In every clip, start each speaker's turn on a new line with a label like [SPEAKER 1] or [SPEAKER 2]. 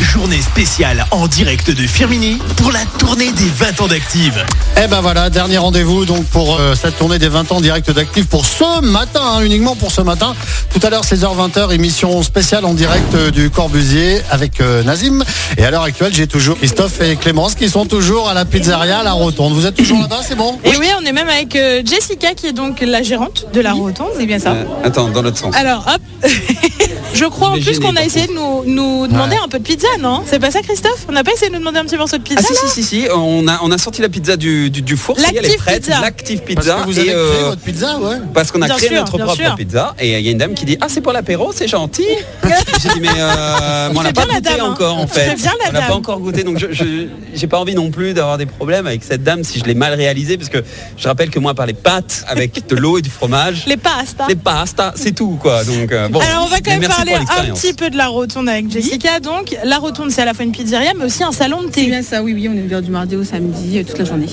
[SPEAKER 1] journée spéciale en direct de Firmini pour la tournée des 20 ans d'Active.
[SPEAKER 2] Eh ben voilà, dernier rendez-vous donc pour euh, cette tournée des 20 ans direct d'Active pour ce matin, hein, uniquement pour ce matin. Tout à l'heure, 16h-20h, émission spéciale en direct euh, du Corbusier avec euh, Nazim. Et à l'heure actuelle, j'ai toujours Christophe et Clémence qui sont toujours à la pizzeria à La Rotonde. Vous êtes toujours là-bas, c'est bon
[SPEAKER 3] Et oui, on est même avec euh, Jessica qui est donc la gérante de la Rotonde, c'est bien ça.
[SPEAKER 4] Euh, attends, dans l'autre sens.
[SPEAKER 3] Alors hop, je crois en plus
[SPEAKER 4] Imaginez,
[SPEAKER 3] qu'on a
[SPEAKER 4] par
[SPEAKER 3] essayé de nous, nous demander un peu de pizza, non C'est pas ça Christophe On n'a pas essayé de nous demander un petit morceau de pizza
[SPEAKER 4] Ah si,
[SPEAKER 3] là
[SPEAKER 4] si, si, si, on a, on a sorti la pizza du, du, du four, ça y est, elle est
[SPEAKER 3] L'active
[SPEAKER 4] prête,
[SPEAKER 3] pizza.
[SPEAKER 4] l'active
[SPEAKER 2] Parce
[SPEAKER 4] pizza.
[SPEAKER 2] que vous
[SPEAKER 4] et,
[SPEAKER 2] avez créé
[SPEAKER 4] euh,
[SPEAKER 2] votre pizza, ouais.
[SPEAKER 4] parce qu'on a
[SPEAKER 3] Bien
[SPEAKER 4] créé
[SPEAKER 3] sûr,
[SPEAKER 4] notre
[SPEAKER 3] bien
[SPEAKER 4] propre
[SPEAKER 3] sûr.
[SPEAKER 4] pizza et il y a une dame qui dit ah c'est pour l'apéro c'est gentil j'ai dit mais euh, moi, on
[SPEAKER 3] fait
[SPEAKER 4] n'a pas
[SPEAKER 3] bien la
[SPEAKER 4] goûté
[SPEAKER 3] dame, hein.
[SPEAKER 4] encore en
[SPEAKER 3] Elle fait
[SPEAKER 4] fait
[SPEAKER 3] bien la
[SPEAKER 4] on n'a
[SPEAKER 3] dame.
[SPEAKER 4] pas encore goûté donc je- je j'ai pas envie non plus d'avoir des problèmes avec cette dame si je l'ai mal réalisée parce que je rappelle que moi par les pâtes avec de l'eau et du fromage
[SPEAKER 3] Les pastas.
[SPEAKER 4] les pastas c'est tout quoi donc euh, bon
[SPEAKER 3] Alors on va quand
[SPEAKER 4] Mais
[SPEAKER 3] même
[SPEAKER 4] merci
[SPEAKER 3] parler
[SPEAKER 4] pour
[SPEAKER 3] un
[SPEAKER 4] l'expérience.
[SPEAKER 3] petit peu de la rotonde avec Jessica. Donc la rotonde c'est à la fois une pizzeria mais aussi un salon de
[SPEAKER 5] C'est
[SPEAKER 3] thé.
[SPEAKER 5] bien ça, oui, oui, on est ouvert du mardi au samedi, euh, toute la journée.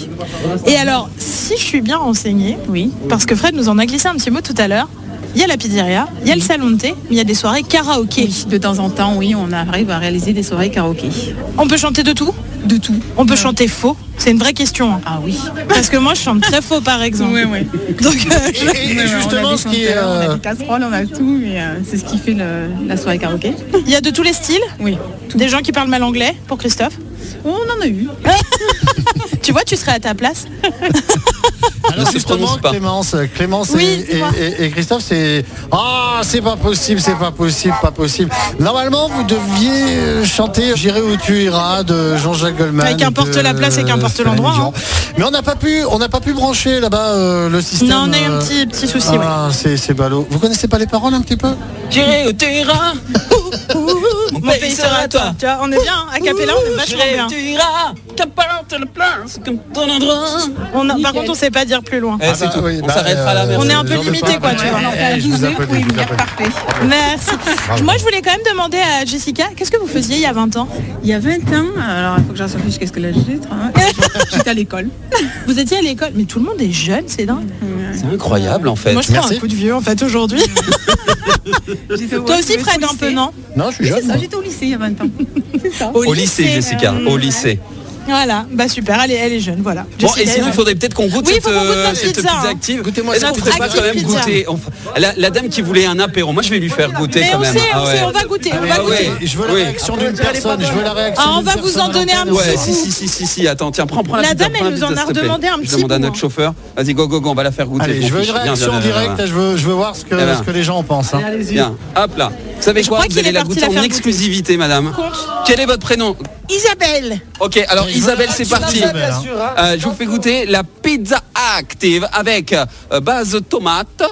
[SPEAKER 3] Et alors si je suis bien renseignée,
[SPEAKER 5] Oui.
[SPEAKER 3] parce que Fred nous en a glissé un petit mot tout à l'heure, il y a la pizzeria, il y a le salon de thé, mais il y a des soirées karaoké.
[SPEAKER 5] Oui, de temps en temps, oui, on arrive à réaliser des soirées karaoké.
[SPEAKER 3] On peut chanter de tout
[SPEAKER 5] De tout.
[SPEAKER 3] On peut chanter faux C'est une vraie question. hein.
[SPEAKER 5] Ah oui.
[SPEAKER 3] Parce que moi, je chante très faux, par exemple.
[SPEAKER 5] oui.
[SPEAKER 3] Donc, euh,
[SPEAKER 2] Et, et justement, ce qui est... euh,
[SPEAKER 5] On a des casseroles, on a tout, mais euh, c'est ce qui fait le- la soirée karaoké.
[SPEAKER 3] il y a de tous les styles.
[SPEAKER 5] Oui.
[SPEAKER 3] Des gens qui parlent mal anglais, pour Christophe.
[SPEAKER 5] On en a eu.
[SPEAKER 3] Tu vois, tu serais à ta place.
[SPEAKER 4] Ne
[SPEAKER 2] Alors
[SPEAKER 4] se
[SPEAKER 2] justement,
[SPEAKER 4] prononce pas.
[SPEAKER 2] Clémence, Clémence et-
[SPEAKER 3] Oui,
[SPEAKER 2] et,
[SPEAKER 3] dis-moi.
[SPEAKER 2] et- et Christophe, c'est ah c'est pas possible, c'est pas possible, pas possible. Normalement, vous deviez euh, chanter "J'irai où tu iras" de Jean-Jacques Goldman.
[SPEAKER 3] Mais qu'importe
[SPEAKER 2] et de,
[SPEAKER 3] la place et qu'importe
[SPEAKER 2] Céline
[SPEAKER 3] l'endroit,
[SPEAKER 2] Dion. Mais on n'a pas pu, on n'a pas pu brancher là-bas euh, le système.
[SPEAKER 3] non, on a eu un
[SPEAKER 2] euh,
[SPEAKER 3] petit, petit souci. ouais.
[SPEAKER 2] Ah, c'est c'est ballot. Vous connaissez pas les paroles un petit peu
[SPEAKER 4] J'irai au terrain
[SPEAKER 3] Mon pays sera à toi. Tu vois, on est bien, hein, à Capella, on est vachement bien.
[SPEAKER 4] Tu iras, t'as pas l'air de le plaindre, c'est comme ton endroit.
[SPEAKER 3] On a- par contre, on sait pas dire plus loin.
[SPEAKER 4] Eh, c'est
[SPEAKER 2] bah,
[SPEAKER 4] tout.
[SPEAKER 2] oui,
[SPEAKER 4] on
[SPEAKER 2] bah,
[SPEAKER 4] s'arrêtera
[SPEAKER 2] euh,
[SPEAKER 4] là. merci.
[SPEAKER 3] On est un peu
[SPEAKER 2] j'en ai
[SPEAKER 3] limité,
[SPEAKER 2] pas,
[SPEAKER 3] quoi, tu
[SPEAKER 2] ouais,
[SPEAKER 3] vois.
[SPEAKER 2] ouais,
[SPEAKER 5] on Ah, en fait à
[SPEAKER 2] Eh, je vous
[SPEAKER 5] 12 heures,
[SPEAKER 2] applaudis,
[SPEAKER 5] vous pouvez
[SPEAKER 2] je vous
[SPEAKER 5] venir,
[SPEAKER 2] applaudis.
[SPEAKER 5] parfait.
[SPEAKER 3] Merci. Moi, je voulais quand même demander à Jessica, qu'est-ce que vous faisiez il y a 20 ans
[SPEAKER 5] Il y a 20 ans, alors il faut que j'en sache qu'est-ce que la lettre. hein. J'étais à l'école.
[SPEAKER 3] Vous étiez à l'école, mais tout le monde est jeune, c'est dingue.
[SPEAKER 4] C'est incroyable en fait.
[SPEAKER 3] Moi, je prends
[SPEAKER 2] merci.
[SPEAKER 3] un coup de vieux, en fait, aujourd'hui.
[SPEAKER 5] J'étais au-
[SPEAKER 3] Toi aussi,
[SPEAKER 5] j'étais au
[SPEAKER 3] Fred, un peu,
[SPEAKER 5] lycée.
[SPEAKER 3] non
[SPEAKER 2] Non, je suis
[SPEAKER 5] Oui,
[SPEAKER 2] jeune.
[SPEAKER 5] c'est ça,
[SPEAKER 2] moi.
[SPEAKER 5] j'étais au lycée il y a 20 ans. C'est ça.
[SPEAKER 4] Au lycée, Jessica,
[SPEAKER 3] euh,
[SPEAKER 4] au lycée.
[SPEAKER 3] Voilà, bah super, elle est, elle est jeune, voilà.
[SPEAKER 4] Bon,
[SPEAKER 3] Jessica
[SPEAKER 4] et
[SPEAKER 3] est
[SPEAKER 4] sinon, il
[SPEAKER 3] jeune.
[SPEAKER 4] faudrait peut-être qu'on goûte
[SPEAKER 3] Oui,
[SPEAKER 4] cette,
[SPEAKER 3] faut qu'on goûte
[SPEAKER 4] euh,
[SPEAKER 3] notre
[SPEAKER 4] cette
[SPEAKER 3] pizza, hein.
[SPEAKER 4] active.
[SPEAKER 2] Goûtez-moi
[SPEAKER 4] Est-ce
[SPEAKER 2] ça,
[SPEAKER 4] qu'on
[SPEAKER 2] notre
[SPEAKER 4] peut pas
[SPEAKER 3] active
[SPEAKER 4] quand même
[SPEAKER 3] pizza.
[SPEAKER 4] goûter Enfin, la, la dame qui voulait un apéro, moi je vais lui faire goûter
[SPEAKER 3] Mais
[SPEAKER 4] quand
[SPEAKER 3] on
[SPEAKER 4] même.
[SPEAKER 3] sait,
[SPEAKER 4] Ah
[SPEAKER 3] on
[SPEAKER 4] ouais.
[SPEAKER 3] sait, on va goûter, on
[SPEAKER 2] Allez,
[SPEAKER 3] va
[SPEAKER 4] Ah
[SPEAKER 3] goûter.
[SPEAKER 4] ouais.
[SPEAKER 2] Je veux la
[SPEAKER 4] Oui.
[SPEAKER 2] réaction d'une personne. Je veux la réaction.
[SPEAKER 3] Ah, on
[SPEAKER 2] d'une
[SPEAKER 3] va vous
[SPEAKER 2] personne
[SPEAKER 3] en donner un
[SPEAKER 2] interne.
[SPEAKER 4] Ouais,
[SPEAKER 3] petit
[SPEAKER 4] si, si, si, si, si, attends, tiens, prends, prends la,
[SPEAKER 3] La
[SPEAKER 4] pizza,
[SPEAKER 3] dame,
[SPEAKER 4] prends
[SPEAKER 3] elle nous en
[SPEAKER 4] pizza,
[SPEAKER 3] a
[SPEAKER 4] s'il te plaît.
[SPEAKER 3] redemandé un petit
[SPEAKER 4] Je demande à
[SPEAKER 3] bout,
[SPEAKER 4] notre
[SPEAKER 3] hein.
[SPEAKER 4] chauffeur. Vas-y, go, go, go, on va la faire goûter.
[SPEAKER 2] Allez,
[SPEAKER 4] Bon,
[SPEAKER 2] je veux une
[SPEAKER 4] viens, viens,
[SPEAKER 2] réaction
[SPEAKER 4] viens, viens, viens.
[SPEAKER 2] directe. Je veux, je veux voir ce que,
[SPEAKER 4] Eh ben.
[SPEAKER 2] ce que les gens en pensent. hein.
[SPEAKER 4] Bien, hop là. Vous savez
[SPEAKER 3] Je
[SPEAKER 4] quoi
[SPEAKER 3] crois
[SPEAKER 4] Vous
[SPEAKER 3] qu'il
[SPEAKER 4] allez
[SPEAKER 3] est
[SPEAKER 4] la
[SPEAKER 3] parti
[SPEAKER 4] goûter
[SPEAKER 3] la faire
[SPEAKER 4] en
[SPEAKER 3] goûter.
[SPEAKER 4] exclusivité, madame.
[SPEAKER 3] Compte.
[SPEAKER 4] Quel est votre prénom
[SPEAKER 3] Isabelle
[SPEAKER 4] Ok, alors
[SPEAKER 2] Je veux
[SPEAKER 4] Isabelle,
[SPEAKER 2] la
[SPEAKER 4] c'est
[SPEAKER 2] pizza
[SPEAKER 4] parti.
[SPEAKER 2] d'Isabelle, hein.
[SPEAKER 4] Euh, je vous fais goûter la pizza active avec euh, base tomate,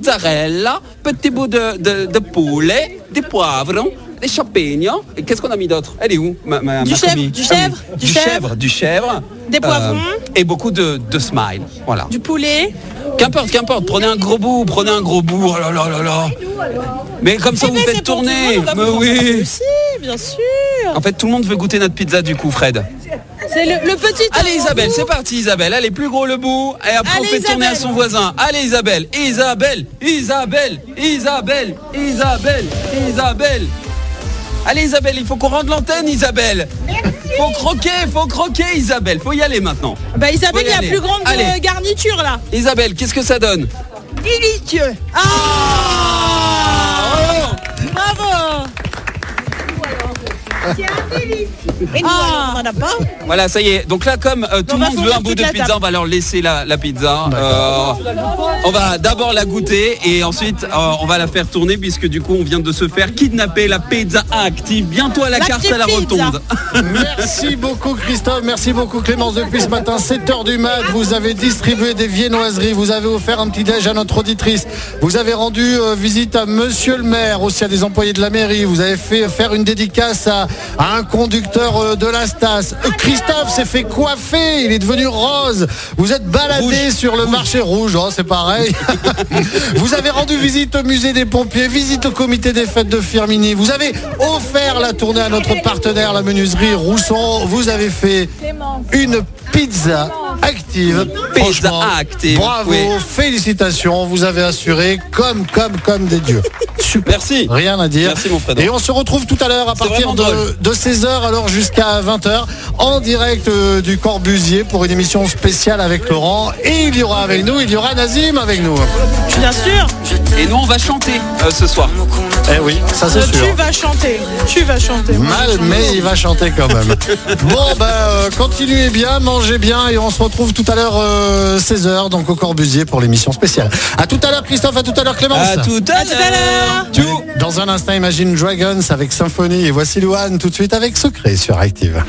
[SPEAKER 4] mozzarella, petit bout de, de- de poulet, des poivrons, des champignons. Et qu'est-ce qu'on a mis d'autre Elle est où, ma, ma-
[SPEAKER 3] Du
[SPEAKER 4] ma
[SPEAKER 3] chèvre,
[SPEAKER 4] commis
[SPEAKER 3] du
[SPEAKER 4] Ah oui,
[SPEAKER 3] chèvre, du
[SPEAKER 4] du
[SPEAKER 3] chèvre.
[SPEAKER 4] chèvre, du chèvre. Euh,
[SPEAKER 3] Des poivrons.
[SPEAKER 4] et beaucoup de, de smile. Voilà.
[SPEAKER 3] Du poulet
[SPEAKER 4] Qu'importe, qu'importe, prenez un gros bout, prenez un gros bout, oh là là là là. Mais comme ça,
[SPEAKER 3] Eh
[SPEAKER 4] vous
[SPEAKER 3] ben, c'est
[SPEAKER 4] faites
[SPEAKER 3] pour tout le monde,
[SPEAKER 4] tourner.
[SPEAKER 3] on va
[SPEAKER 4] Mais
[SPEAKER 3] vous en faire
[SPEAKER 4] oui. Ah.
[SPEAKER 3] aussi, bien sûr
[SPEAKER 4] En fait, tout le monde veut goûter notre pizza du coup, Fred.
[SPEAKER 3] C'est le, le petit...
[SPEAKER 4] Allez Isabelle, c'est parti Isabelle. Allez, plus gros le bout. Et après, on
[SPEAKER 3] Allez,
[SPEAKER 4] fait tourner à
[SPEAKER 3] Isabelle.
[SPEAKER 4] son voisin. Allez Isabelle, Isabelle, Isabelle, Isabelle, Isabelle, Isabelle. Allez Isabelle, il faut qu'on rende l'antenne Isabelle. Faut croquer, faut croquer Isabelle. Faut y aller maintenant.
[SPEAKER 3] Bah Isabelle,
[SPEAKER 4] Faut y
[SPEAKER 3] il y a
[SPEAKER 4] aller.
[SPEAKER 3] plus grande
[SPEAKER 4] Allez.
[SPEAKER 3] euh, garniture, là
[SPEAKER 4] Isabelle, qu'est-ce que ça donne
[SPEAKER 3] Délicieux Ah Bravo C'est un délice Et nous, alors, on en a pas
[SPEAKER 4] Voilà, ça y est. Donc là, comme euh, tout
[SPEAKER 3] On
[SPEAKER 4] le
[SPEAKER 3] va
[SPEAKER 4] monde veut
[SPEAKER 3] fournir
[SPEAKER 4] un bout
[SPEAKER 3] toute
[SPEAKER 4] de
[SPEAKER 3] la
[SPEAKER 4] pizza,
[SPEAKER 3] table.
[SPEAKER 4] on va leur laisser la, la pizza. Euh, on va d'abord la goûter et ensuite euh, on va la faire tourner puisque du coup on vient de se faire kidnapper la pizza active. Bientôt à la
[SPEAKER 3] L'active
[SPEAKER 4] carte à la
[SPEAKER 3] pizza.
[SPEAKER 4] rotonde.
[SPEAKER 2] Merci beaucoup Christophe, merci beaucoup Clémence depuis ce matin, 7h du mat, vous avez distribué des viennoiseries, vous avez offert un petit déj à notre auditrice, vous avez rendu euh, visite à monsieur le maire, aussi à des employés de la mairie, vous avez fait faire une dédicace à, à un conducteur euh, de la Stas. Euh, Christophe s'est fait coiffer, il est devenu rose, vous êtes baladé
[SPEAKER 4] Rouge.
[SPEAKER 2] sur le marché rouge, oh, c'est pareil. vous avez rendu visite au musée des pompiers, visite au comité des fêtes de Firmini, vous avez offert la tournée à notre partenaire, la menuiserie Rousson, vous avez fait une pizza active.
[SPEAKER 4] Pizza
[SPEAKER 2] Franchement,
[SPEAKER 4] active,
[SPEAKER 2] Bravo,
[SPEAKER 4] oui.
[SPEAKER 2] félicitations, vous avez assuré comme, comme, comme des dieux. Super.
[SPEAKER 4] Merci.
[SPEAKER 2] Rien à dire.
[SPEAKER 4] Merci, mon Fredo.
[SPEAKER 2] Et on se retrouve tout à l'heure à
[SPEAKER 4] C'est
[SPEAKER 2] partir
[SPEAKER 4] vraiment
[SPEAKER 2] de,
[SPEAKER 4] drôle.
[SPEAKER 2] de 16h alors jusqu'à 20h en direct euh, du Corbusier pour une émission spéciale avec Laurent. Et il y aura avec nous, il y aura Nazim avec nous.
[SPEAKER 3] Bien sûr,
[SPEAKER 4] Et nous, on va chanter euh, ce soir.
[SPEAKER 2] Eh oui, ça c'est sûr.
[SPEAKER 3] Euh, tu vas chanter. Tu vas chanter.
[SPEAKER 2] Mal, mais il va chanter quand même. Bon, ben, euh, continuez bien, mangez bien et on se retrouve tout à l'heure, 16h, donc au Corbusier pour l'émission spéciale. À tout à l'heure, Christophe, à tout à l'heure, Clémence.
[SPEAKER 4] À tout à
[SPEAKER 3] À tout à l'heure.
[SPEAKER 4] l'heure. Tchou.
[SPEAKER 2] Dans un instant, Imagine Dragons avec Symphonie et voici Luan tout de suite avec Secret sur Active.